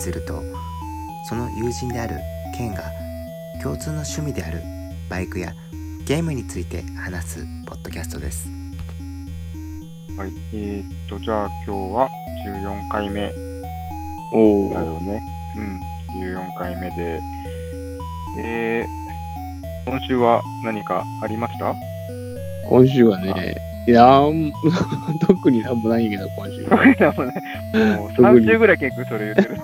するとその友人であるケンが共通の趣味であるバイクやゲームについて話すポッドキャストですはい。えー、っと、じゃあ今日は14回目おだーよね。うん。14回目で。えー、今週は何かありま した今週はね、いやー ん特になんもないんやけど、今 週は。特になんもない。もう特に30ぐらい結構それ言って る。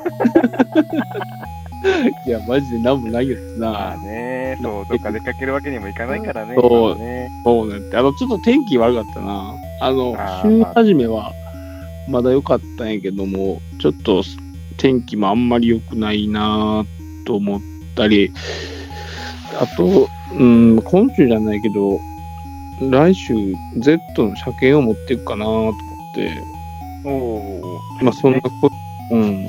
いや、マジでなんもないやつまあな。ね、そう、どっか出かけるわけにもいかないからね。そう今はねそうなんて。あの、ちょっと天気悪かったな。あのあ、ー週始めはまだ良かったんやけども、ちょっと天気もあんまり良くないなと思ったり、あと、うん、今週じゃないけど、来週 Z の車検を持っていくかなと思って、おお。まあそんなこ、うん、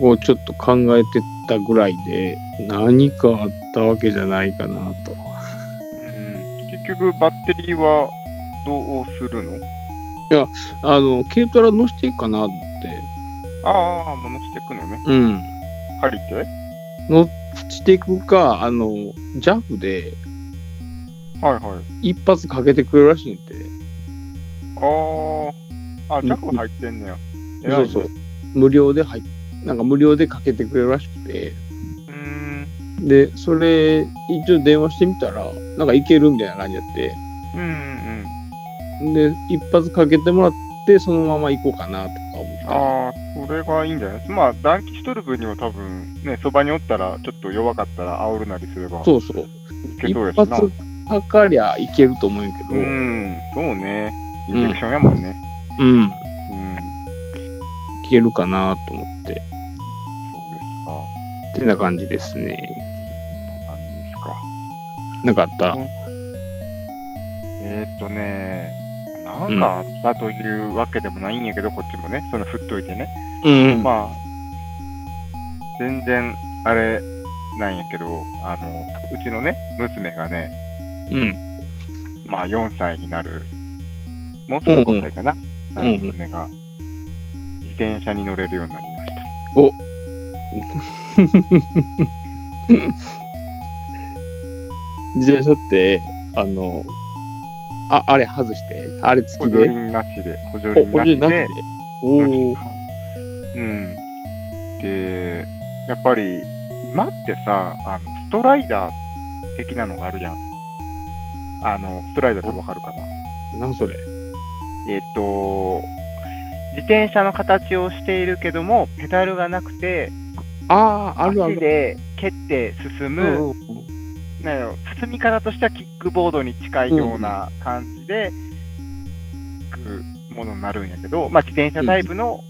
こうちょっと考えてたぐらいで、何かあったわけじゃないかなと。うん結局、バッテリーはどうするのあの、軽トラ乗していくかなと思って、ああ、ものしていくのね。うん、借りて乗していくか、あの、JAF ではいはい。一発かけてくれるらしいんで、ああ、あ、うんジャック入ってんねや。偉いそねうそう。、無料で入っなんか無料でかけてくれるらしくて、うーん。で、それ、一応電話してみたら、なんかいけるみたいな感じやって、うんうんうん。で、一発かけてもらって、そのまま行こうかなとか思って。ああ、それがいいんじゃないまあ、ダンキシュトルブにも多分、ね、そばにおったら、ちょっと弱かったら煽るなりすれば、そうそう。いけ一そうやし発な。かかりゃいけると思うんやけど、ううん。ん、そうね。インフェクションやもんね。いうん、けるかなと思って。そうってな感じですね。ですか。なんですか。なんかあった、えー、っとね、なんかあったというわけでもないんやけど、こっちもね、その振っといてね。うんあ、まあ、全然、あれ、なんやけど、あの、うちのね、娘がね、うん。まあ4歳になる、もうすぐ5歳かな、んあの娘が自転車に乗れるようになりました。お自転車って、あの、あ、あれ外して、あれ付補き助で、輪なしで、補助お、これ輪ななくしてで。。おお。うん。で、やっぱり今ってさ、あのストライダー的なのがあるじゃん。あの、ストライダーってわかるかななんそれ。えっ、と、自転車の形をしているけども、ペダルがなくて、ああ、あるあ足る。で蹴って進む、うんうんなんやろ進み方としてはキックボードに近いような感じで、行くものになるんやけど、まあ、自転車タイプの,、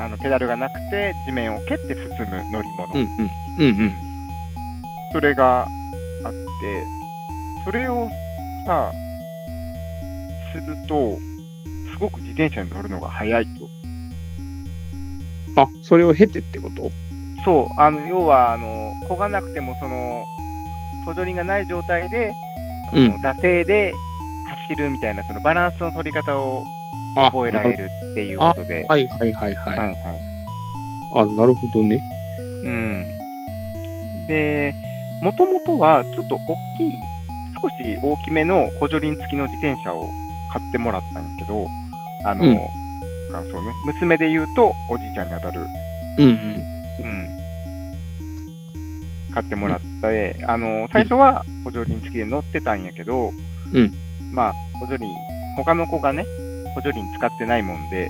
あのペダルがなくて、地面を蹴って進む乗り物、うんうん。うんそれがあって、それをさ、すると、すごく自転車に乗るのが早いと。うん。あ、それを経てってことそう、あの要はあの、漕がなくても、その、補助輪がない状態で、うんその惰性で走るみたいな、そのバランスの取り方をあ、覚えられるっていうことで。はいはいはいはい。はいはいあ、なるほどね。うん、で、もともとはちょっと大きい、少し大きめの補助輪付きの自転車を買ってもらったんやけど、あの、うんあそうね、娘で言うとおじいちゃんに当たるうんうん。うん、買ってもらって、あの最初は補助輪付きで乗ってたんやけど、うんまあ補助輪他の子がね補助輪使ってないもんで、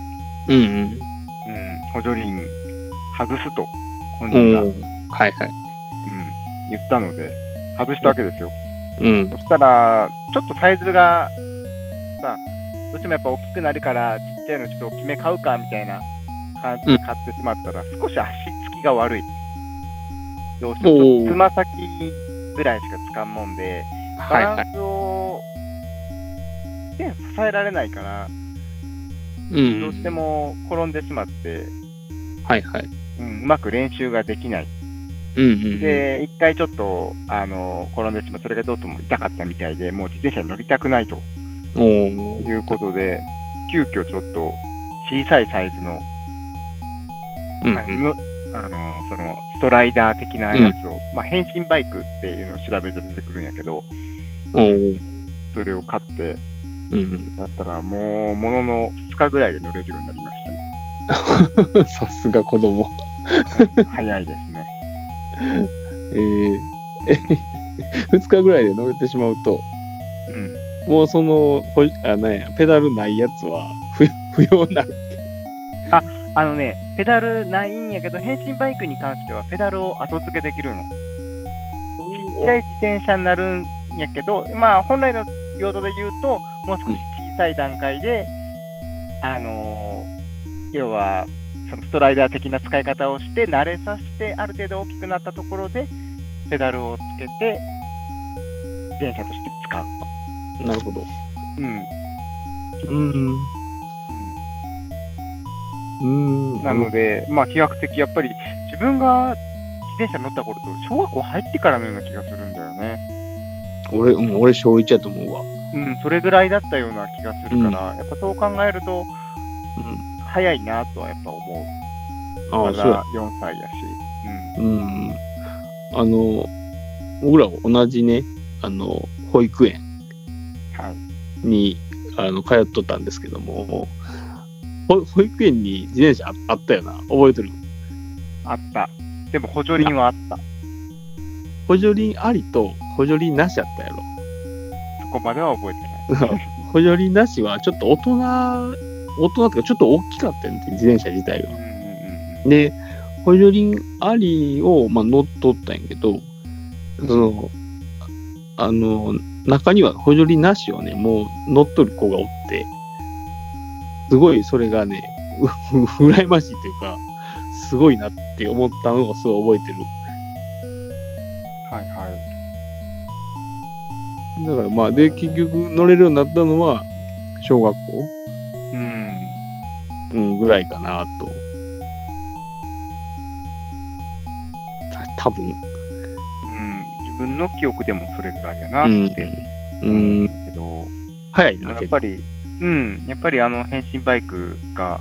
うんうん、補助輪外すと本う人ん。が、うんはいはい。言ったので外したわけですよ、うん。そしたらちょっとサイズがさどうしてもやっぱ大きくなるからちっちゃいのちょっと大きめ買うかみたいな感じで買ってしまったら、少し足つきが悪いどうしておもーつま先ぐらいしかつかんもんでバはいはラい。ンスを、ね支えられないからうどうして。も転んでしまって、はいはい。うん、うまく練習ができないうんうん。、で一回ちょっとあの転んでしまってそれがどうとも痛かったみたいでもう自転車に乗りたくないと。おとーいうことで、急遽ちょっと小さいサイズのうんはいのあのそのストライダー的なやつを、まあ、変身バイクっていうのを調べて出てくるんやけど、おーそれを買って、うん。だったらもう、ものの2日ぐらいで乗れるようになりましたね。 さすが子供。 早いですね。えー、え、2日ぐらいで乗れてしまうと、うん。もうその、ほいあなんやペダルないやつは不不要 な。あのね、ペダルないんやけど、変身バイクに関してはペダルを後付けできるの。ちっちゃい自転車になるんやけど、まあ、本来の用途で言うと、もう少し小さい段階で、あのー要は、そのストライダー的な使い方をして、慣れさせて、ある程度大きくなったところで、ペダルをつけて、自転車として使う。なるほど。うん。うん。うん。なので、まあ、飛躍的、やっぱり、自分が自転車乗った頃と、小学校入ってからのような気がするんだよね。俺、うん、俺、小1やと思うわ。うん、それぐらいだったような気がするから、やっぱそう考えると、うん。早いなとはやっぱ思う。あまあ、そうやだ4歳やし。うん。あの、僕ら同じね、あの、保育園うん。はい。に、あの、通っとったんですけども、ほ保育園に自転車ああったよな。覚えてるあった。でも補助輪はあった。補助輪ありと補助輪なしやったやろ。そこまでは覚えてない。補助輪なしはちょっと大人、大人っていうかちょっと大きかったよね、自転車自体うが。んうんうん。で、補助輪ありを、まあ、乗っとったんやけど、その、あの、中には補助輪なしをね、もう乗っとる子がおって、すごいそれがね、 う羨ましいというか、すごいなって思ったのをすごい覚えてる。はいはい。だからまあ、で、結局乗れるようになったのは、小学校うん。うん、ぐらいかなと。た多分うん。自分の記憶でもそれぐらいやなってう思うんん、だけど、早いな、やっ結構。ぱり、うん。やっぱりあの変身バイクが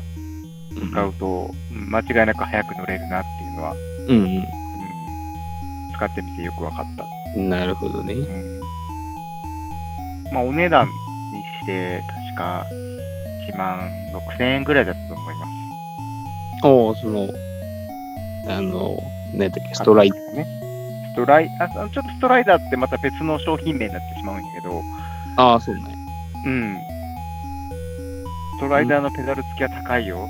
使うと、うん間違いなく早く乗れるなっていうのは、うん、うん。使ってみてよくわかった。うん。なるほどね。うんまあ、お値段にして、確か1万6000円ぐらいだったと思います。おお、その、あの、何だっけ、ストライダーね。ストライあ、あちょっとストライダーってまた別の商品名になってしまうんやけど、ああ、そうね。うん。ストライダーのペダル付きは高いよ。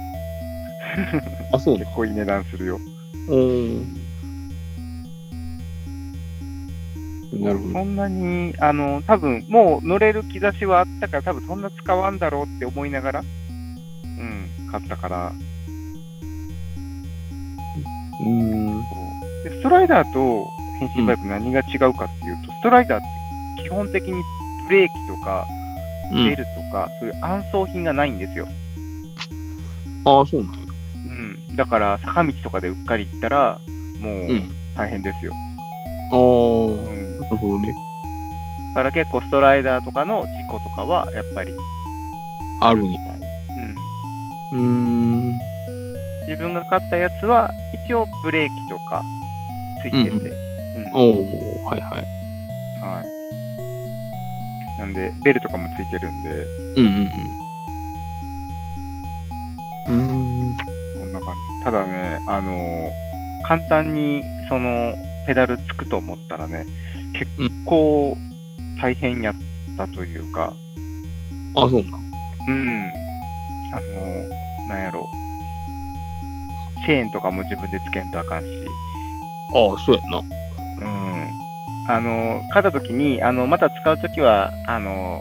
あ、そうね。結構いい値段するよ。うん。なるほそど。んなに、あの、多分もう乗れる兆しはあったから、多分そんな使わんだろうって思いながら、うん、買ったから、うん。でストライダーと変身バイク何が違うかっていうと、ストライダーって基本的にブレーキとかうベんル、とか、そういう安装品がないんですよ、ああ、そうなんや。うん、だから坂道とかでうっかり行ったらもううん。大変ですよ、あうあ、ん、だなるほどね。から結構ストライダーとかの事故とかはやっぱり、うん、あるんや。うん。自分が買ったやつは一応ブレーキとかついてて、うんおお、はいはい。はい、なんでベルとかもついてるんでうんうんうん。うん。こんな感じ。ただね、あのー簡単にそのペダルつくと思ったらね、結構大変やったというか、あ、そううなん。ん、あのーなんやろ、チェーンとかも自分でつけんとあかんし、ああ、そうやんな。うん、あのー、買った時に、あの、また使う時は、あの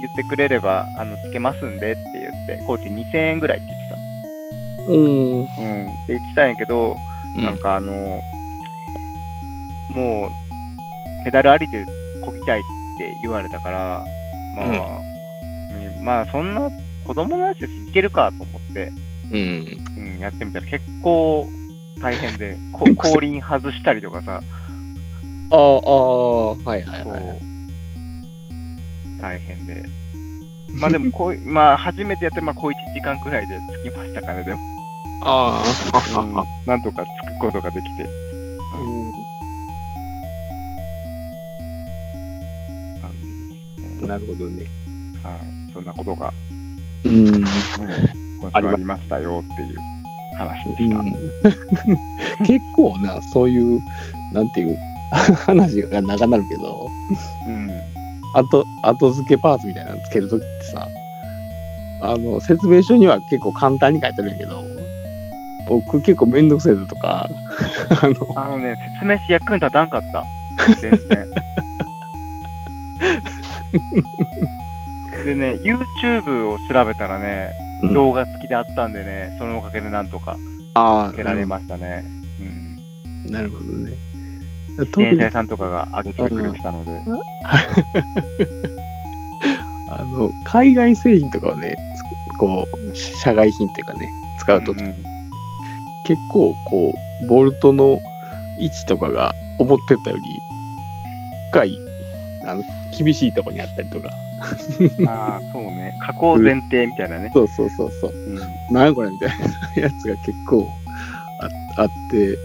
ー言ってくれれば、あの、つけますんでって言って、コーチ2000円ぐらいって言ってうん。た。うん、って言ってたんやけど、なんかあの、もう、ペダルありでこぎたいって言われたから、まあ、うんまあそんな子供のやつでいけるかと思って、うん。うん、やってみたら結構大変で、 こ後輪外したりとかさ、ああ、ああ、はいはいこはうい。大変で。まあでもこうい、まあ初めてやって、まあ小1時間くらいで着きましたからね、でも。あうんあ、なんとかつくことができて、感じですねなるほどね。はい、そんなことが、うん。今週ありましたよっていう話でした。うん 結構な、そういう、なんていう、 話が長なるけど、うん後後付けパーツみたいなのつけるときってさ、あの、説明書には結構簡単に書いてあるんやけど、僕結構めんどくせえぞとか、 あの、あのね、説明し役に立たんかった。全 然。でね、YouTube を調べたらねうん、動画付きであったんでね、そのおかげでなんとかああ受けられましたね。うん。なるほどね。特電に車さんとかが上げてくれてたので。あの海外製品とかをね、つこう、社外品っていうかね、使うと、うんうん結構こう、ボルトの位置とかが思ってたより、深い、あの、厳しいとこにあったりとか、ああ、そうね。加工前提みたいなね。そうそうそうそう、うん。なんやこれみたいなやつが結構ああって、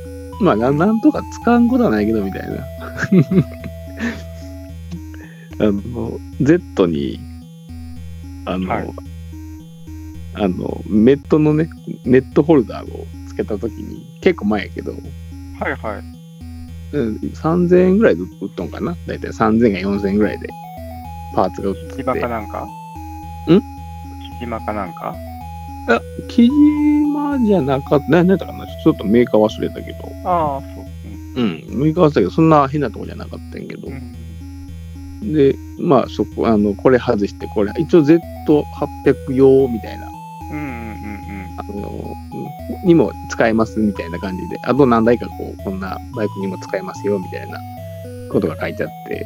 まあな、なんとか使うことはないけど、みたいな。 あの、Z に、あの、はいあの、ネットのね、ネットホルダーをつけたときに、結構前やけど、はいはい。うん、3000円ぐらいで売ったんかな大体3000円か4000円ぐらいで、パーツが売って木島て。かなんかんん木島かなんか木島じゃなかった、ななんやったかなちょっとメーカー忘れたけど。ああ、そう。うんうん、6日はしたけど、そんな変なとこじゃなかったんやけどう。ん。で、まあ、そこ、あの、これ外して、これ、一応 Z800 用みたいな、うんうんあの、にも使えますみたいな感じで、あと何台かこう、こんなバイクにも使えますよみたいなことが書いてあって、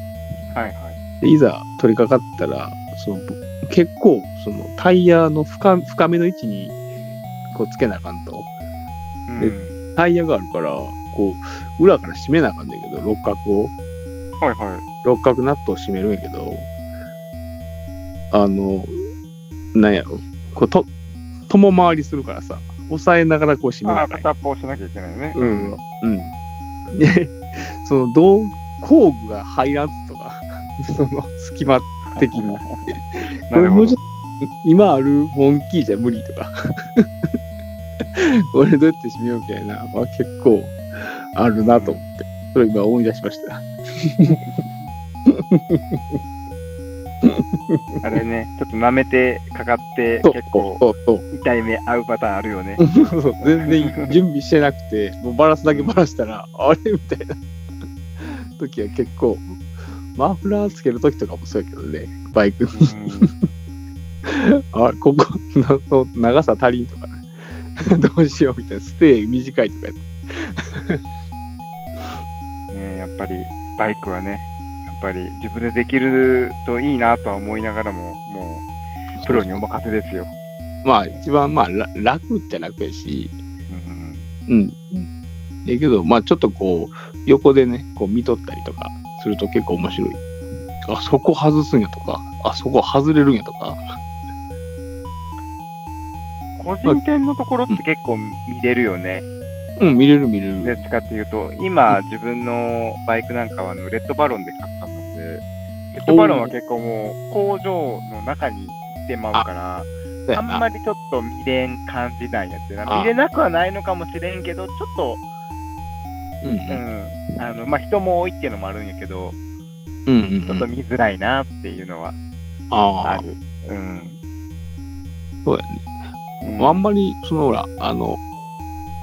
うん。はいはい。でいざ取り掛かったら、その、結構、その、タイヤの深深めの位置に、こう、つけなあかんと。うん。タイヤがあるから、こう、裏から締めなあかんねんけど、六角を。はいはい。六角ナットを締めるんやけど、あの、なんやろ、こうと、共回りするからさ、押さえながらこう締めあなあ、がら。片っぽ押しなきゃいけないね。うん。うん。で、その、道工具が入らずとか、 その、隙間的に。こなれるもほうちどょっ。と、今あるモンキーじゃ無理とか。 俺どうやって締めようみたいな、まあ、結構あるなと思って、それ今思い出しました。あれね、ちょっと舐めてかかって、そう結構そうそう。痛い目合うパターンあるよね。そう全然準備してなくて、もうバラすだけバラしたら、あれみたいな時は結構、マフラーつける時とかもそうやけどね、バイクに。うあ、こ この長さ足りんとか、 どうしようみたいな、ステー短いとかやっんね、やっぱりバイクはね、やっぱり自分でできるといいなとは思いながらも、もうてプロにお任せですよ。まあ、一番まあ、ら楽っちゃ楽やし、うんうん。ええけど、まあ、ちょっとこう、横でね、こう見とったりとかすると結構面白い。あ、そこ外すんやとか、あ、そこ外れるんやとか、個人店のところって結構見れるよね。うん、見れる見れどっる。ちかっていうと、今、自分のバイクなんかはあのレッドバロンで買ったので、レッドバロンは結構もう工場の中に行ってまうから、そうやあなんまりちょっと未練感じないやつやな。あ見れなくはないのかもしれんけど、ちょっと、うんうんうん、あの、まあ、人も多いっていうのもあるんやけど、うんうんちょっうとん、見づらいなっていうのはあある。うん。そうやうあ、あんまり、そのほら、あの、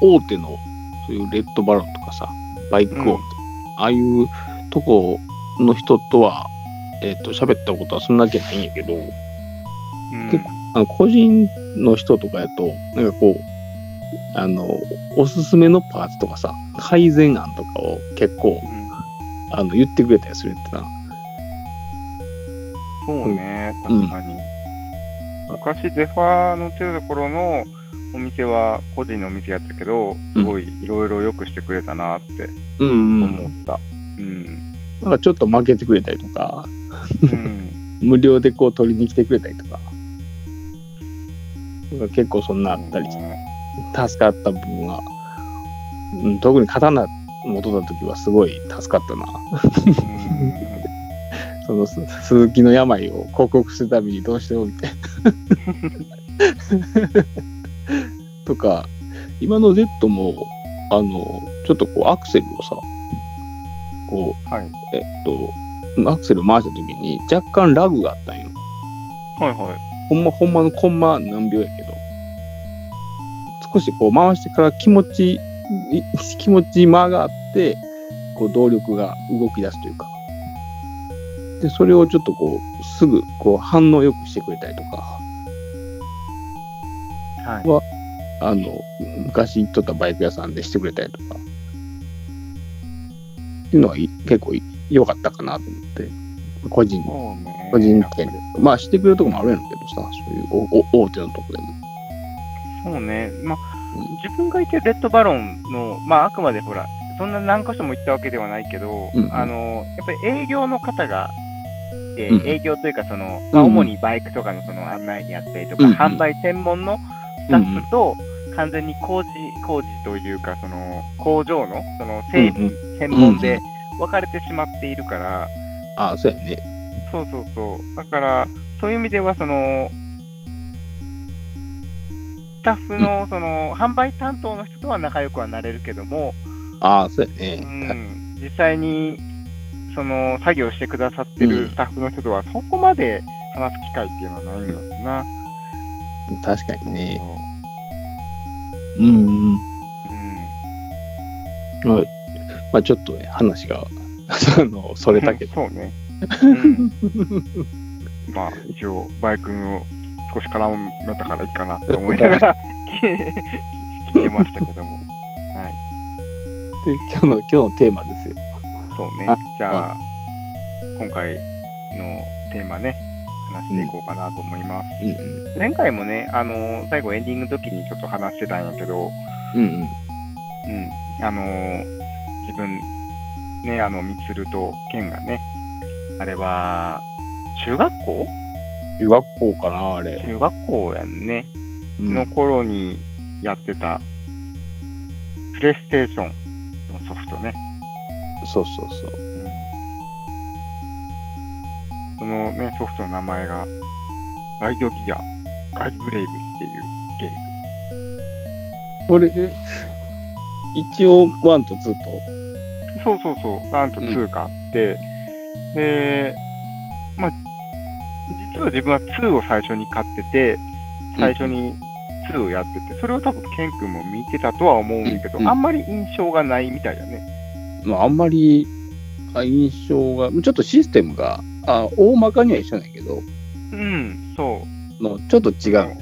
大手の、そういうレッドバロンとかさ、バイク王みうたいな、んああいうとこの人とは、えっ、と、喋ったことはそんなじゃないんやけど、うん結あの個人の人とかやと、なんかこう、あの、おすすめのパーツとかさ、改善案とかを結構、うんあの、言ってくれたりするってな。そうね、うん確かに。昔、ゼファーのっていうところのお店は、個人のお店やったけど、すごいいろいろ良くしてくれたなってうん思った。うん。なんかちょっと負けてくれたりとか、うん。無料で こう取りに来てくれたりとか、なんか結構そんなあったりしてうん助かった部分は、うん、特に刀戻った時はすごい助かったな。そのす鈴木の病を克服するためにどうしておいてとか今の Z もあのちょっとこうアクセルをさこうはい。えっとアクセルを回した時に若干ラグがあったんよはいはい。ほんまほんまのコンマ何秒やけど少しこう回してから気持ちい 気持ち間があってこう動力が動き出すというかでそれをちょっとこうすぐこう反応よくしてくれたりとかはい。あの昔行っとったバイク屋さんでしてくれたりとかっていうのはいい結構い良かったかなと思って個人そうね。個人店でまあしてくれるとこもあるやろうけどさそういうおお大手のとこでも。そうね。まあ、自分がいてレッドバロンの、まあ、あくまでほら、そんな何箇所も行ったわけではないけど、うんあの、やっぱり営業の方が、でうん営業というか、その、まあ、うん主にバイクとかのその案内やったりとか、うん販売専門のスタッフと、完全に工事、工事というか、その、工場の、その、整備専門で分かれてしまっているから、ああ、そうやね。そうそうそう。だから、そういう意味では、その、スタッフの、その、販売担当の人とは仲良くはなれるけども、ああ、そうやうね。ん、実際に、その、作業してくださってうんるスタッフの人とは、そこまで話す機会っていうのはないんだろうな。確かにね。うん。はい。まあちょっとね、話が、 あの、そうん。れ だけど。そうね。うん、まあ、一応、バイクの少し絡めたからいいかなって思いながら、 聞いてましたけども。はい。で今日の、今日のテーマですよ。そうねあ。じゃあ、今回のテーマね、話していこうかなと思います。うん前回もね、あのー最後エンディングの時にちょっと話してたんやけど、うん。うんうん。うん、あのー自分、ね、あの、みつるとケンがね、あれは、中学校中学校かな、あれ。中学校やんね。うんの頃にやってた、プレイステーションのソフトね。そうそうそう。そのね、ソフトの名前が、ガイドギア、ガイブレイブっていうゲーこれで、一応、ワンとツーと、ム。そうそうそう、ワンとツーがあって、で、まあ、実は自分はツーを最初に買ってて、最初にツーをやってて、それを多分ケン君も見てたとは思うんだけど、うんあんまり印象がないみたいだね。まああんまり、あ印象が、ちょっとシステムが、あ大まかには一緒なんやけど、うん、そう。のちょっと違う。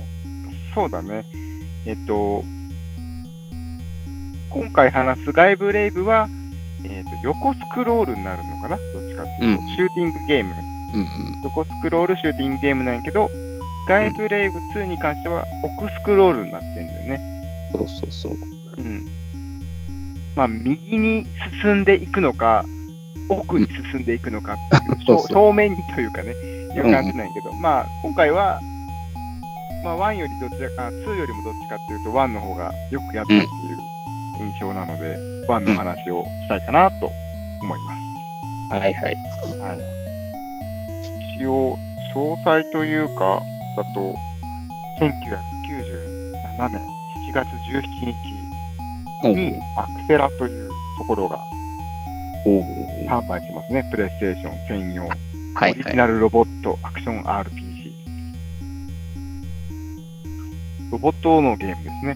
そうだね。えっと、今回話す外部レイブは、えっと横スクロールになるのかなどっちかっていうと、うシューティングゲーム。うんうん。横スクロールシューティングゲームなんやけど、外部レイブ2に関しては奥スクロールになってんだよね。そうそうそう。うん。まあ、右に進んでいくのか、奥に進んでいくのかっていそうう、そう正面にというかね、よくわかんないけど、まあ、今回は、まあ、1よりどちらか、2よりもどっちかっていうと、1の方がよくやったっていう印象なので、1の話をしたいかなと思います。はいはい。はい、一応、詳細というか、だと、1997年7月17お日にうアクセラというところがおう販売してますね、プレイステーション専用、はいオリはジい。ナルロボットアクション RPG。ロボットのゲームですね。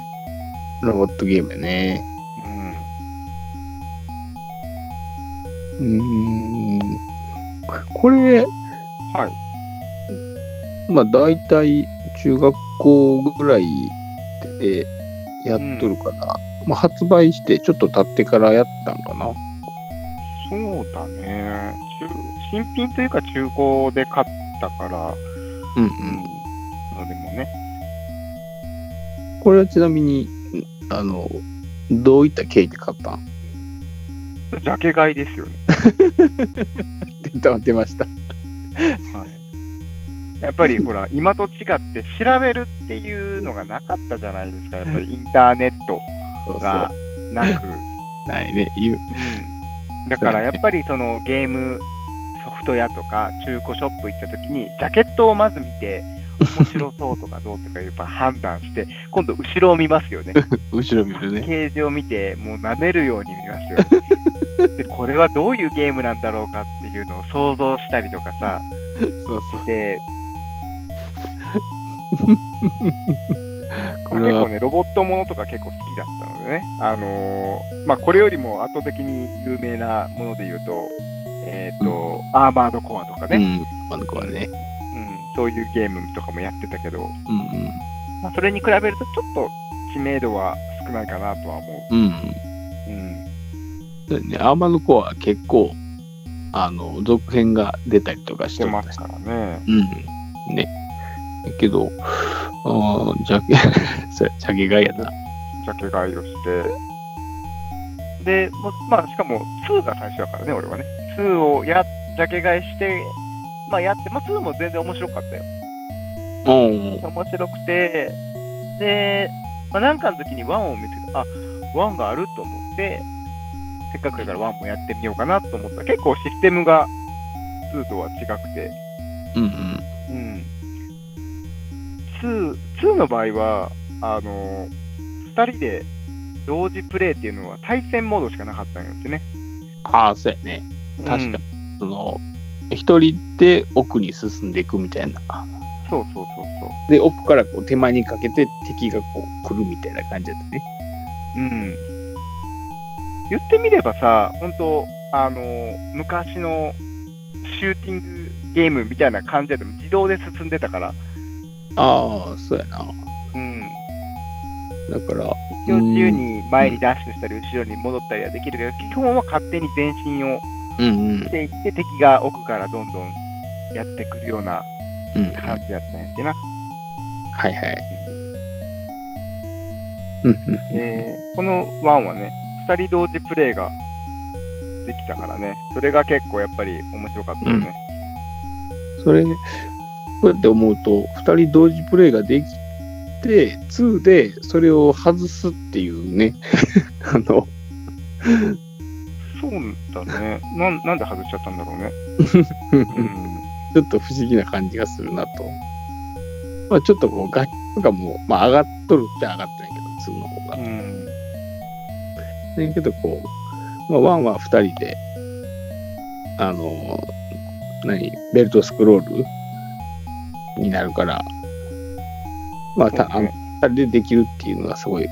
ロボットゲームやね。うんうーんこれ、はい、まあ大体中学校ぐらいでやっとるかな。まあ発売してちょっと経ってからやったんかな。そうだね中新品というか中古で買ったから、うんううんん。、のでもね、これはちなみに、あの、どういった経緯で買ったんジャケ買いですよね。出た出ました。はい、やっぱりほら、今と違って調べるっていうのがなかったじゃないですか、やっぱりインターネットそうがなく。そうないね。言う。うんだからやっぱりそのゲームソフト屋とか中古ショップ行った時にジャケットをまず見て面白そうとかどうとかいうか判断して今度後ろを見ますよね後ろ見るね。ケージを見てもう舐めるように見ますよ ねでこれはどういうゲームなんだろうかっていうのを想像したりとかさそうそう。でこ結れは構ねロボットものとか結構好きだったのでね、あのーまあ、これよりも圧倒的に有名なもので言うと,、えーとアーマードコアとかうね、ん。あの子はね。うんそういうゲームとかもやってたけど、うまあ、それに比べるとちょっと知名度は少ないかなとは思んうん。うん。う。うんそうだね、アーマードコアは結構、あの、続編が出たりとかししててまますす。からね。うん。ね。だけど、あージャケ、 それ、ジャケ買いやな。ジャケ買いをして。で、もまあ、しかも2が最初だからね、俺はね。2をや、ジャケ買いして、まあやって、まあ2も全然面白かったよ。うん。面白くて、で、まあ、なんかの時に1を見つけて、あ、1があると思って、せっかくだから1もやってみようかなと思ったら、結構システムが2とは違くて、うんうん。2、2の場合は、あの、2人で同時プレイっていうのは対戦モードしかなかったんですね。ああ、そうやね。確か、その、一人で奥に進んでいくみたいな。そうそうそうそう。で、奥からこう手前にかけて敵がこう来るみたいな感じだったね。うん、言ってみればさ、本当、あの昔のシューティングゲームみたいな感じでも自動で進んでたから、ああ、そうやな。うん、だから、基本自由に前にダッシュしたり、後ろに戻ったりはできるけど、基本は勝手に前進をうんうんしていって、敵が奥からどんどんやってくるようなうんうん。感じだったんやってな。はいはい。うんうん。でこの1はね、2人同時プレイができたからね、それが結構やっぱり面白かったよね。それ、こうやって思うと、2人同時プレイができて、2でそれを外すっていうね、 あの、そうだね。なんなんで外しちゃったんだろうね。うん。ちょっと不思議な感じがするなと。まあ、ちょっとこう、楽器とかも、まあ、上がっとるっちゃ上がったんやけど、2の方が。うん。だけど、こう、まあ、1は2人で、あの、何、ベルトスクロールになるから、まあ、たあのねあれでできるっていうのがすごい、あ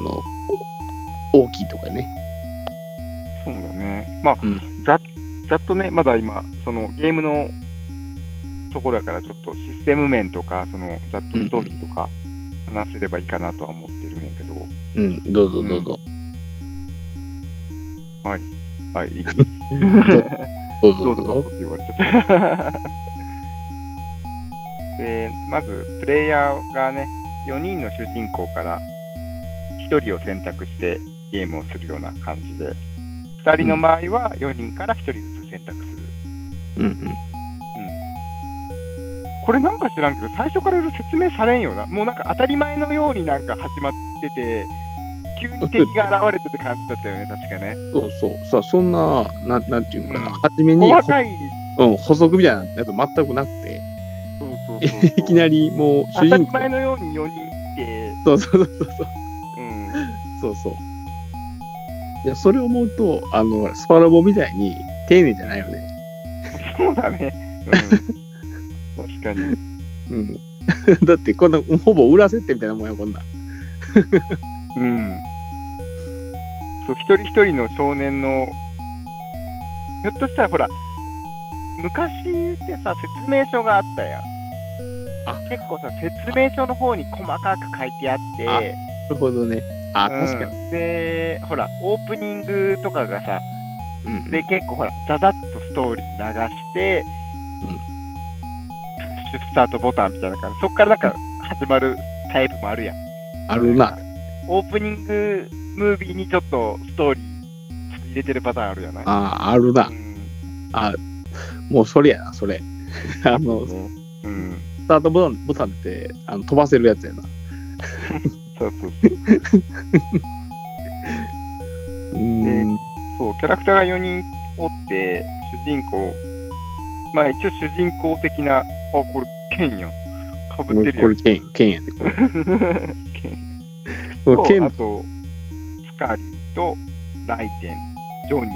の、大きいとかね。そうだね。まあ、うんざざっとね、まだ今、そのゲームのところだから、ちょっとシステム面とか、そのざっとストーリーとか話せればいいかなとは思ってるんやけど。うん、どうぞどうぞ。はい、いい どうどうぞどうぞどうぞ。ぞって言われちゃった。 でまず、プレイヤーがね、4人の主人公から1人を選択してゲームをするような感じで、2人の場合は4人から1人ずつ選択する。うんうん。これなんか知らんけど、最初からいろいろ説明されんよな。もうなんか当たり前のようになんか始まってて、急に敵が現れてって感じだったよね、確かね。 そうそう。さあ、そんな、ななんていうのかな、うん初めに、細かい。うん、補足みたいなやつ全くなくて、そうそうそうそう いきなりもう主当た人り前公。のように4人いて、そうそうそうそう。うん。そうそう。いや、それを思うと、あの、ほらスパラボみたいに丁寧じゃないよね。そうだね。うん、確かに。うん。 だって、こんな、ほぼ裏設定みたいなもんや、こんなん。うん。そう、一人一人の少年の、ひょっとしたらほら、昔ってさ、説明書があったやん。あ結構さ、説明書の方に細かく書いてあって、あなるほどね。あ、うん確かに。で、ほら、オープニングとかがさ、うんで、結構ほら、ザザッとストーリー流して、うんプッシュスタートボタンみたいな感じ、そっからなんか始まるタイプもあるやん。あるな。オープニングムービーにちょっとストーリー入れてるパターンあるじゃないああ、あるなう。んあもうそれやな、それ。 あの、スうん。タートボタンボタンってあの飛ばせるやつやな。そうそうそう。うん。そう、キャラクターが4人おって、主人公、まあ一応主人公的な、あ、これ、剣やん。かぶこってるれ、やん。剣、剣やね。 ことれ、剣あ、と、スカリーとライテン、ジョニ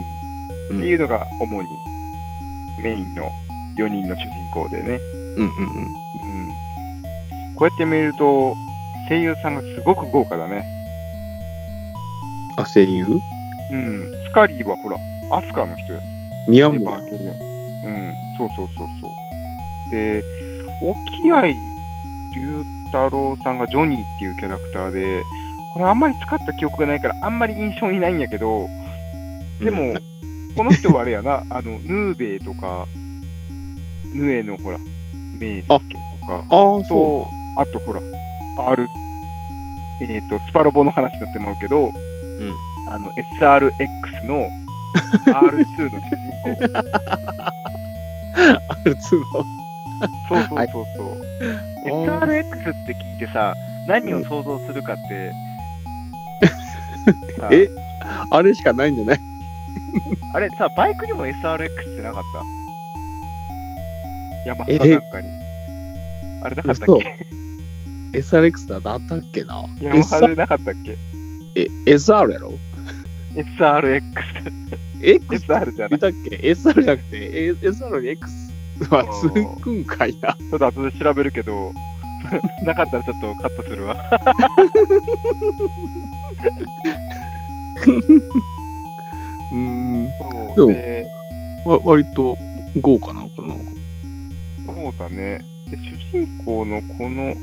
うーんっていうのが主にメインの4人の主人公でね。うんうんううん。ん。こうやって見ると、声優さんがすごく豪華だね。あ、声優うん。スカリーはほら、アスカの人や宮うん、本。そうそうそうそう。で、沖合龍太郎さんがジョニーっていうキャラクターで、これあんまり使った記憶がないから、あんまり印象にないんやけど、でも、この人はあれやな、 あの、ヌーベイとか、ヌエのほら、メイスケとか、ああ、そと、あとほら、R、えっ、と、スパロボの話になってもらうけど、んあの、SRX の R2 の主人公。 う。あるつぼ。そうそうそうそう。あ SRX って聞いてさ、何を想像するかって。さえあれしかないんじゃないあれさ、バイクにも SRX ってなかったヤマハえなんかに。あれなかったっ嘘け ?SRX だとあったっけなヤマハでなかったっけえ ?SR やろ ?SRX。 ?X SR じゃな見い。たっけ ?SR じゃなくて、A- SR に X はつくんかいな。ちょっと後で調べるけど、 なかったらちょっとカットするわ。うん。そうでわ割と豪華なのかなそうだね。で主人公のこの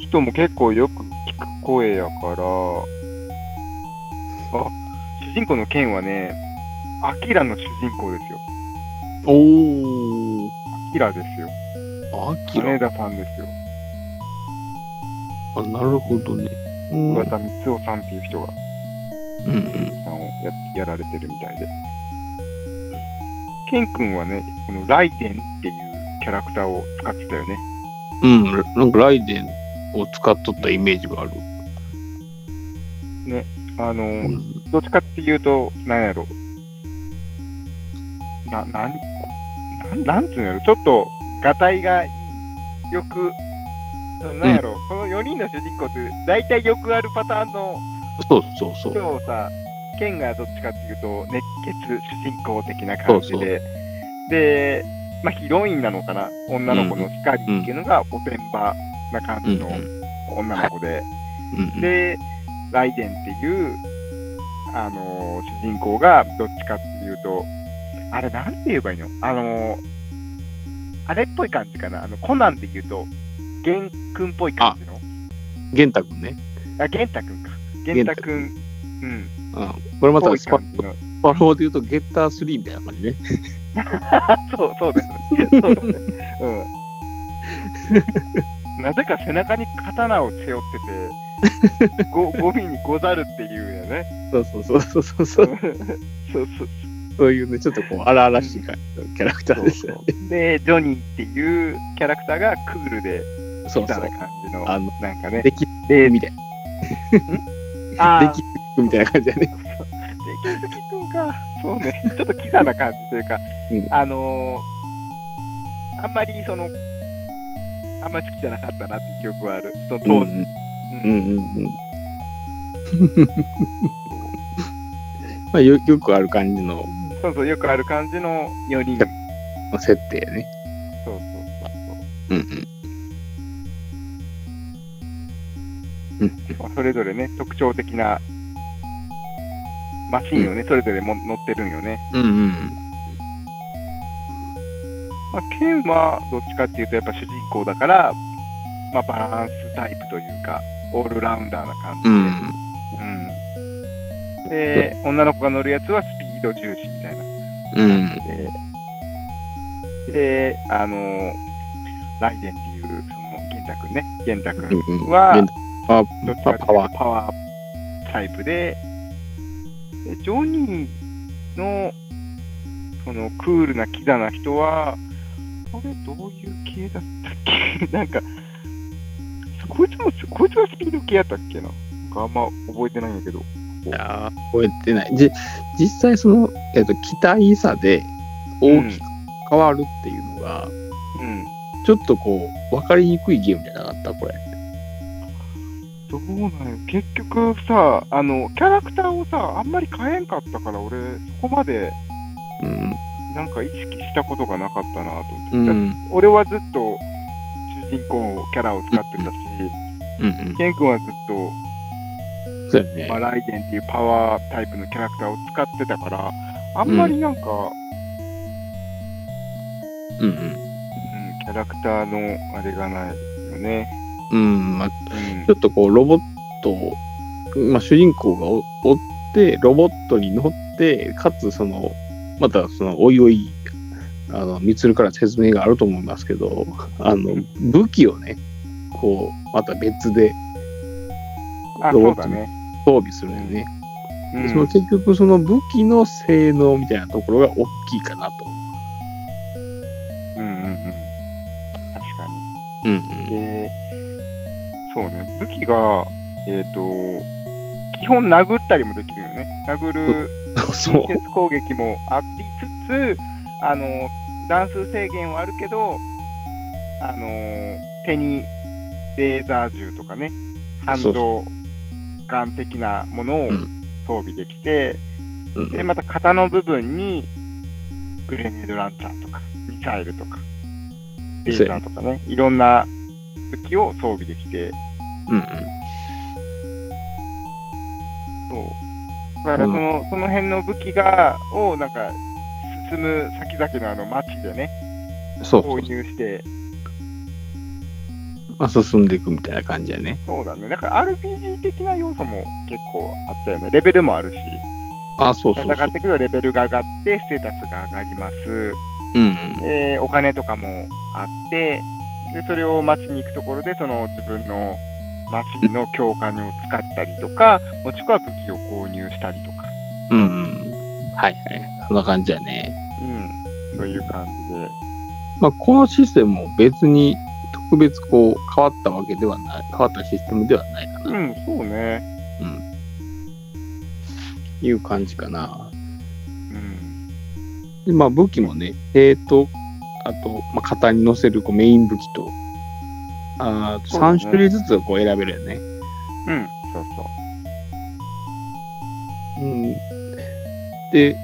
人も結構よく聞く声やから、あ、主人公のケンはね、アキラの主人公ですよ。おー。アキラですよ。あきら金。田さんですよ。あ、なるほどね。うん桑田光夫さんっていう人が、うんさんをややられてるみたいで。ケン君はね、このライデンっていうキャラクターを使ってたよね。うん。うん。なんかライデンを使っとったイメージがある。あの、うん。どっちかっていうと、なんやろ。な、なん、なんなんつうんやろ。ちょっと、がたいがよく、なんやろ。この4人の主人公って、大体よくあるパターンのそうそうそう。人をさ、ケンがどっちかっていうと、熱血主人公的な感じで、そうそで、まあ、ヒロインなのかな。女の子の光っていうのが、おてんばな感うんじうのん。うん女の子で、うん。で、ライデンっていう、あのー主人公がどっちかっていうと、あれ、なんて言えばいいのあのーあれっぽい感じかな。あの、コナンで言うと、ゲン君っぽい感じの。玄太くんね。あ、ゲンタ君か。ゲンタ君。うん。うん。これまぽたいスパ感じの。スパローで言うとゲッター3みたいな感じね。 そう、そうですね。そうですね。うん。 なぜか背中に刀を背負ってて、ごゴミにござるっていうよね。そうそうそうそうそそう そう。うそうそういうね、ちょっとこう荒々しい感じのキャラクターですよね。で、ジョニーっていうキャラクターがクールで、そみうたそいうな。感じの、あの、なんかね、できでるみたいな。あーできるみたいな感じだでね。きすぎくんか、そうね、ちょっとキザな感じというか、うんあのー、あんまりその、あんまり好きじゃなかったなっていう記憶はある、その当時、ううんんうんうん。 まあよよくある感じのそうそう、よくある感じの4人、そう設定ね。そううんうん。そうそう、それぞれね、特徴的なマシンをね、それぞれも乗ってるんよね。うんうん。まあ、剣はどっちかっていうと、やっぱ主人公だから、まあ、バランスタイプというか、オールラウンダーな感じうで、ん。うんで、女の子が乗るやつはスピード重視みたいな。うん。で、であのーライデンっていう、その、玄太くんね、玄太くん、うんはパどっちかっていうとパワー。パワータイプで、でジョニーの、その、クールなキザな人は、これどういう系だったっけ なんか、こいつも、こいつがスピード系やったっけななんかあんま覚えてないんやけど。いやー覚えてない。じ実際その、えっと、期待差で大きく変わるっていうのが、うん。ちょっとこう、分かりにくいゲームじゃなかった、これ。どうなんよ結局さ、あの、キャラクターをさ、あんまり変えんかったから、俺、そこまで、うん。なんか意識したことがなかったなと思って。うん。うだってん俺はずっと、主人公キャラを使ってたし、うん。ケン君はずっと、そうやまあ、ね。ライデンっていうパワータイプのキャラクターを使ってたから、あんまりなんか、うんうんキャラクターのあれがないよね。うん。うん。まあ、うんちょっとこう、ロボットを、まあ、主人公がお追って、ロボットに乗って、かつ、その、また、その、おいおい、あの、みつるから説明があると思いますけど、あのうん、武器をね、こう、また別であ、ロボそうットだね。装備するよね。うそのん、結局その武器の性能みたいなところが大きいかなと。うんうんうん。確かうんうに。ん。で、そうね、武器が、えっ、と、基本殴ったりもできるよね。殴る そう近。接攻撃もありつつ、あの、段数制限はあるけど、あの、手にレーザー銃とかね、ハンドガン的なものをうん装備できて、うんで、また型の部分に、グレネードランチャーとか、ミサイルとか、レーザーとかね、いろんな武器を装備できて、うんそう。だからその、その辺の武器が、をなんか、進む先々のあの街でね、うんそうそう購入して、まあ、進んでいくみたいな感じやね。そうだね。だから RPG 的な要素も結構あったよね。レベルもあるし、あ、そうそう戦そうっ。てくるレベルが上がって、ステータスが上がります。うんで、お金とかもあって、で、それを街に行くところで、その自分の街の強化にを使ったりとか、もしくは武器を購入したりとか、うん。うんうん。はいはい。そんな感じやね。うん、そういう感じで。まあ、このシステムも別に特別こう変わったわけではない、変わったシステムではないかな。うん、そうね。いう感じかな。うん。で、まあ、武器もね、えーと、あと、まあ、型に乗せるこうメイン武器と、あそうだね3種類ずつこう選べるよね。うん、そうそう。うん、で、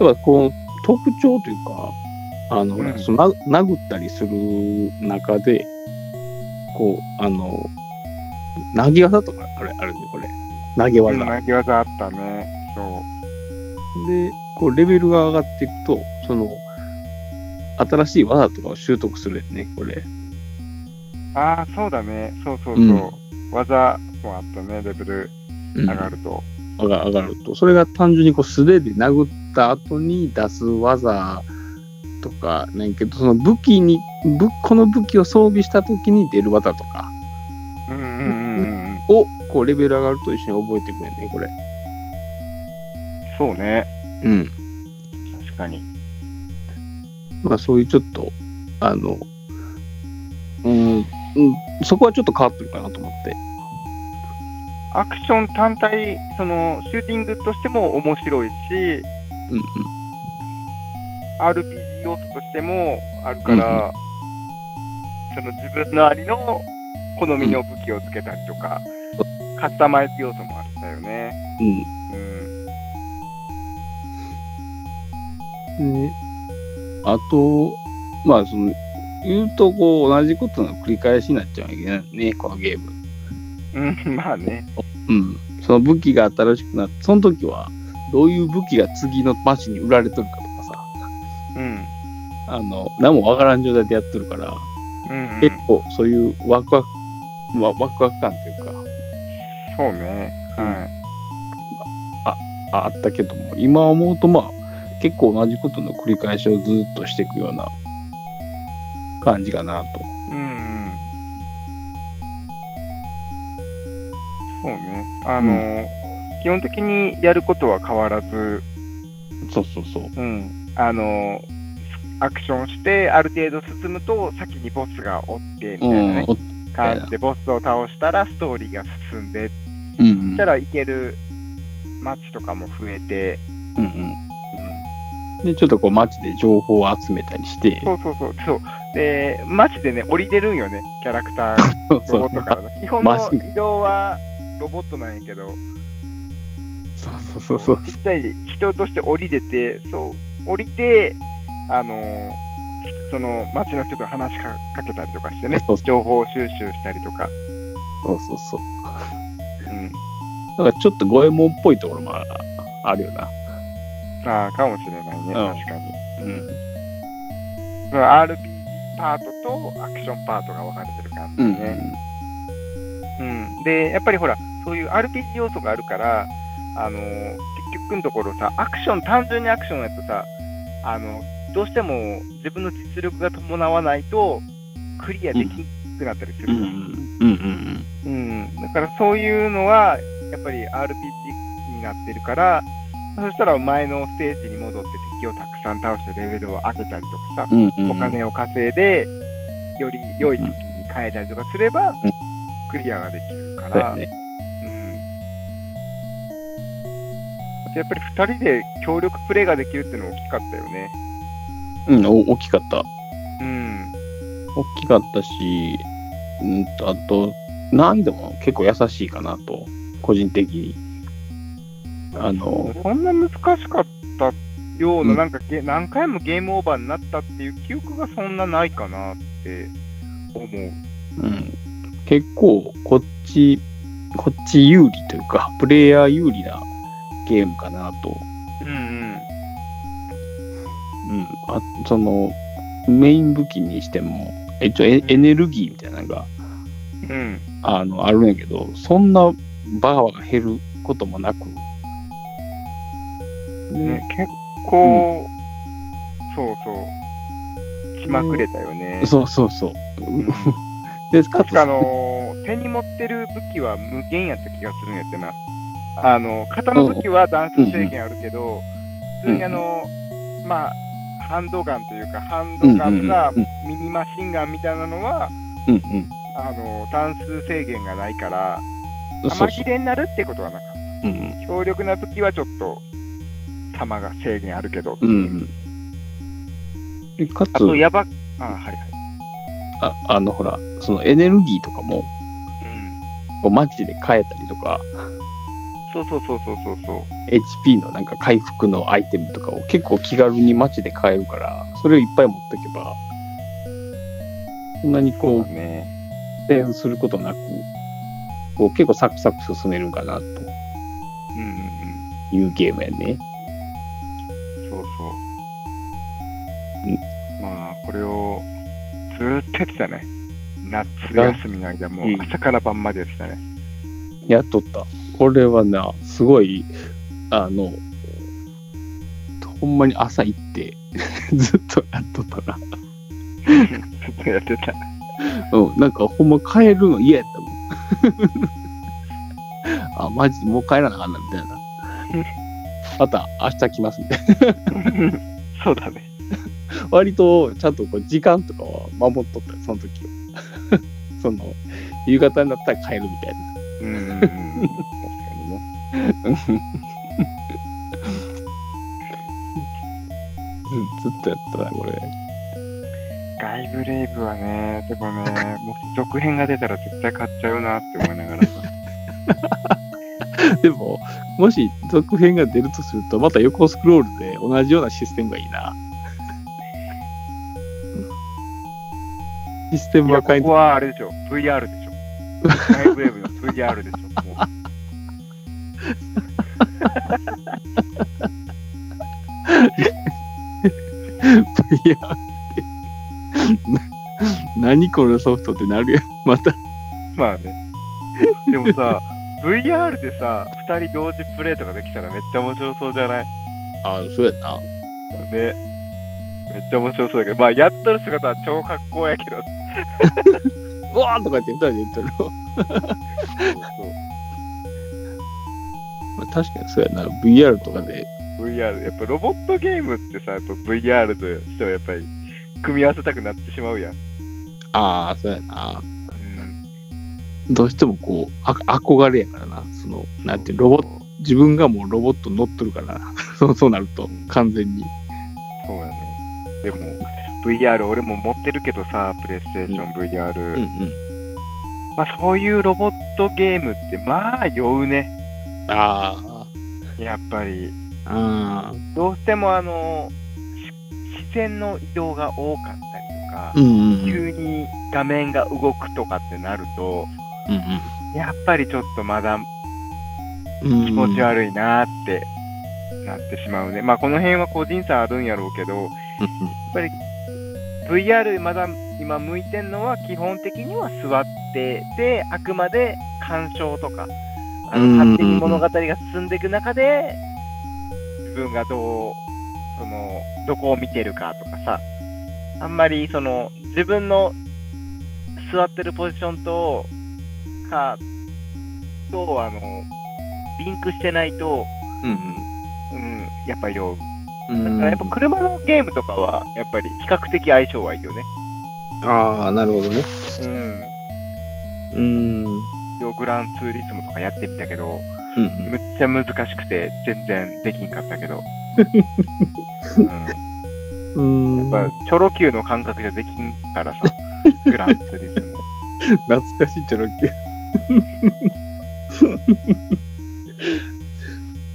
やっぱこの特徴というか、あの、うんそのな殴ったりする中で、こう、あの、投げ技とかあれあるね、これ。投げ技。うん投げ技あったね。そう。で、こう、レベルが上がっていくと、その、新しい技とかを習得するよね、これ。ああ、そうだね。そうそうそう。技もあったね、レベル上上がると。上が上がると、それが単純にこう素手で殴った後に出す技とかねんけど、その武器に、武この武器を装備した時に出る技とかうんうんうんうんうん。を、こうレベル上がると一緒に覚えていくんやね、これ。そうね。うん。確かに。まあそういうちょっと、あの、うん、うん、そこはちょっと変わってるかなと思って。アクション単体、その、シューティングとしても面白いし、うん RPG 要素としてもあるから、その自分のありの好みの武器をつけたりとか、カスタマイズ要素もあったよね。ううん。うんん。ね、あと、まあ、その、言うと、こう、同じことの繰り返しになっちゃうわけだね、このゲーム。うん、まあね。うん。その武器が新しくなって、その時は、どういう武器が次の街に売られとるかとかうん。さ、あの、何もわからん状態でやっとるから、うん、うん。結構、そういうワクワク、わワクワク感というか、そうね。はい。ああったけども、今思うと、まあ、結構同じことの繰り返しをずっとしていくような感じかなと。うんそうね。あの、基本的にやることは変わらず、そうそうそう。うん、あの、アクションして、ある程度進むと、先にボスがおって、みたいなね、お感じで、ボスを倒したら、ストーリーが進んで、うんうそんしたら行ける街とかも増えて、うんうんでちょっとこう街で情報を集めたりして、そうそうそう、そう。で、街でね、降りてるんよね、キャラクターが。そうロそボうットからの。基本マのシン移動はロボットなんやけど、そうそうそう一体人として降りてて、そう、降りて、あのーその街の人と話しかかけたりとかしてねそうそ、う情報収集したりとか、そうそうそう。うん、だからちょっと五右衛門っぽいところもああるよな。ああ、かもしれないね、う確んかに。うん。その RPG パートとアクションパートが分かれてる感じうでん。ね。うん、でやっぱりほらそういう RPG 要素があるから、あのー結局のところさアクション単純にアクションやとさあのどうしても自分の実力が伴わないとクリアできなくなったりすうる、ん。うん。うん。うんだからそういうのはやっぱり RPG になってるからそしたら前のステージに戻って敵をたくさん倒してレベルを上げたりとかさ、うん。うん。お金を稼いでより良い時期に変えたりとかすれば、うんクリアができるかそうらや、ね。うんあとやっぱり2人で協力プレーができるっていうのは大きかったよね。うん。お大きかった。うん。大きかったし、うんと、あと、何でも結構優しいかなと、個人的に。あの、そんな難しかったような、うんなんかゲ何回もゲームオーバーになったっていう記憶がそんなないかなって思う。うん、結構こっち、こっち有利というか、プレイヤー有利なゲームかなと。うんうん、あその、メイン武器にしても、一応エエネルギーみたいなのがうん。うん。あのあるんやけど、そんなバーが減ることもなく、ね、結構、そうそう、気まくれたよね。そうそうそう。うんで、か確つ、かあのー手に持ってる武器は無限やった気がするんやってな。あの型の武器は弾数制限あるけど、普うん通うんにあの、まあ、ハンドガンというか、ハンうんドうんガうんンがうんミニマシンガンみたいなのは、うんうん。あの弾数制限がないから、そうそ弾う。切れになるってことはなかっうんた。強力な武器はちょっと、弾が制限あるけど、うん。うんでかつあ、と、やば、あはいはい。ああの、ほら、そのエネルギーとかも、うん、こうマジで変えたりとか、そうそうそうそうそうそう。 HP のなんか回復のアイテムとかを結構気軽に街で買えるから、それをいっぱい持っておけば、そんなにこう、ね苦戦することなく、こう結構サクサク進めるんかなとうんうんうんいうゲームやね。そうそうう。まあ、これをずーっとやってたね。夏休みの間もうん朝から晩までやってたね。やっとった。これはな、すごい、あの、ほんまに朝行って、 ずっとやっとったな。ずっとやってた。うん、なんかほんま帰るの嫌やったもん。 あ、マジもう帰らなあかんな、みたいな。また明日来ますみたいな。 そうだね。割とちゃんとこう時間とかは守っとったよ、その時は。 その、夕方になったら帰るみたいな。うんうんうん。確かにね。うん ずっとやったな、これ。ガイブレイブはね、でも ね、もし続編が出たら絶対買っちゃうなって思いながら さ。でも、もし続編が出るとすると、また横スクロールで同じようなシステムがいいな。システいムや、はこ変えこはあれでしょ。VR でしょ。ガイブレイブの VR でしょ。もういや、 何このソフトってなるやん。また。まあね。でもさ、VR でさ、2人同時プレイとかできたらめっちゃ面白そうじゃないあそうやな。ね。めっちゃ面白そうだけど、まあ、やっとる姿は超格好やけど。そうわーとかって言ったら言ったら。うそうまあ確かにそうやな。VR とかで VR、やっぱロボットゲームってさ、やっぱ VR としてはやっぱり組み合わせたくなってしまうやん。ああ、そうやな。うん、どうしてもこう、あ憧れやからな。その、なんていう、ロボット、自分がもうロボット乗っとるから な。そうそうなると、完全に。そうやね。でも、VR 俺も持ってるけどさ、プレイステーション VR。ん。まあそういうロボットゲームって、まあ酔うね。あやっぱり。あ、ああ、どうしてもあの、し視線の移動が多かったりとか、うんうんうん。急に画面が動くとかってなると、うやっぱりちょっとまだんうん。気持ちい。悪いなーってなってしまうね。まあこの辺は個人差あるんやろうけど、やっぱり VR まだ今向いてんのは基本的には座ってで、あくまで鑑賞とか、あのうん勝手に物語が進んでいく中で、自分がどう、その、どこを見てるかとかさ、あんまりその、自分の座ってるポジションと、か、と、あの、リンクしてないと、うんうん、やっぱり酔う。うだん。からやっぱ車のゲームとかは、やっぱり比較的相性はいいよね。ああ、なるほどね。うん。うん。うんよグランツーリスモとかやってみたけど、うんむっちゃ難しくて、全然できんかったけど。うん、やうんっぱ、チョロ Q の感覚じゃできんからさ、グランツーリスモ。懐かしいチョロッキ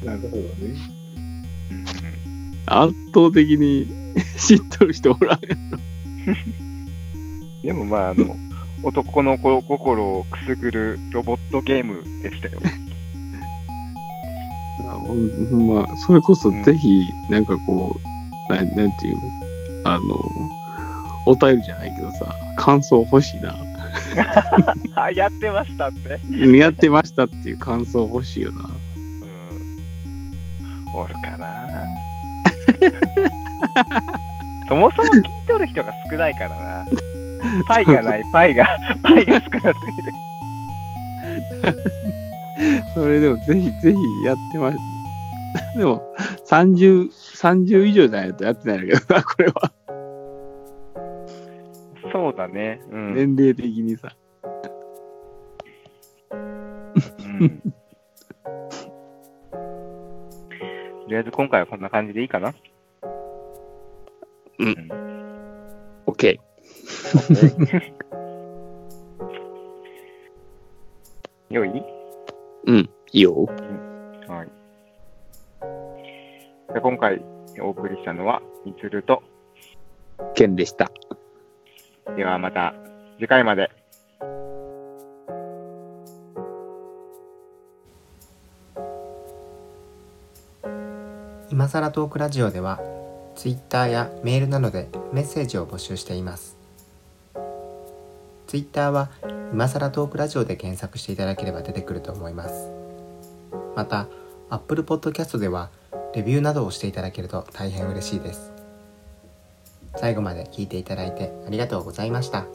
なるほどね。うん圧倒的に知っとる人おらん。でもまあ、あの、男の子心をくすぐるロボットゲームでしたよ。まあ、それこそぜひ、なんかこう、なんなんていうあの、お便りじゃないけどさ、感想欲しいな。あ、やってましたって。やってましたっていう感想欲しいような。ん。おるかな そもそも聞いとる人が少ないからな。パイがない、パイが、パイが少なすぎて。それでもぜひぜひやってます。 でも30、30以上じゃないとやってないんだけどな、これは。そうだね。うん。年齢的にさ。うん とりあえず今回はこんな感じでいいかな。うんうん。 OK。よいうん、いいよ。はい。じゃあ今回お送りしたのは、みつると、ケンでした。ではまた次回まで。今更トークラジオでは Twitter やメールなどでメッセージを募集しています Twitter は今更トークラジオで検索していただければ出てくると思いますまた Apple Podcast ではレビューなどをしていただけると大変嬉しいです最後まで聞いていただいてありがとうございました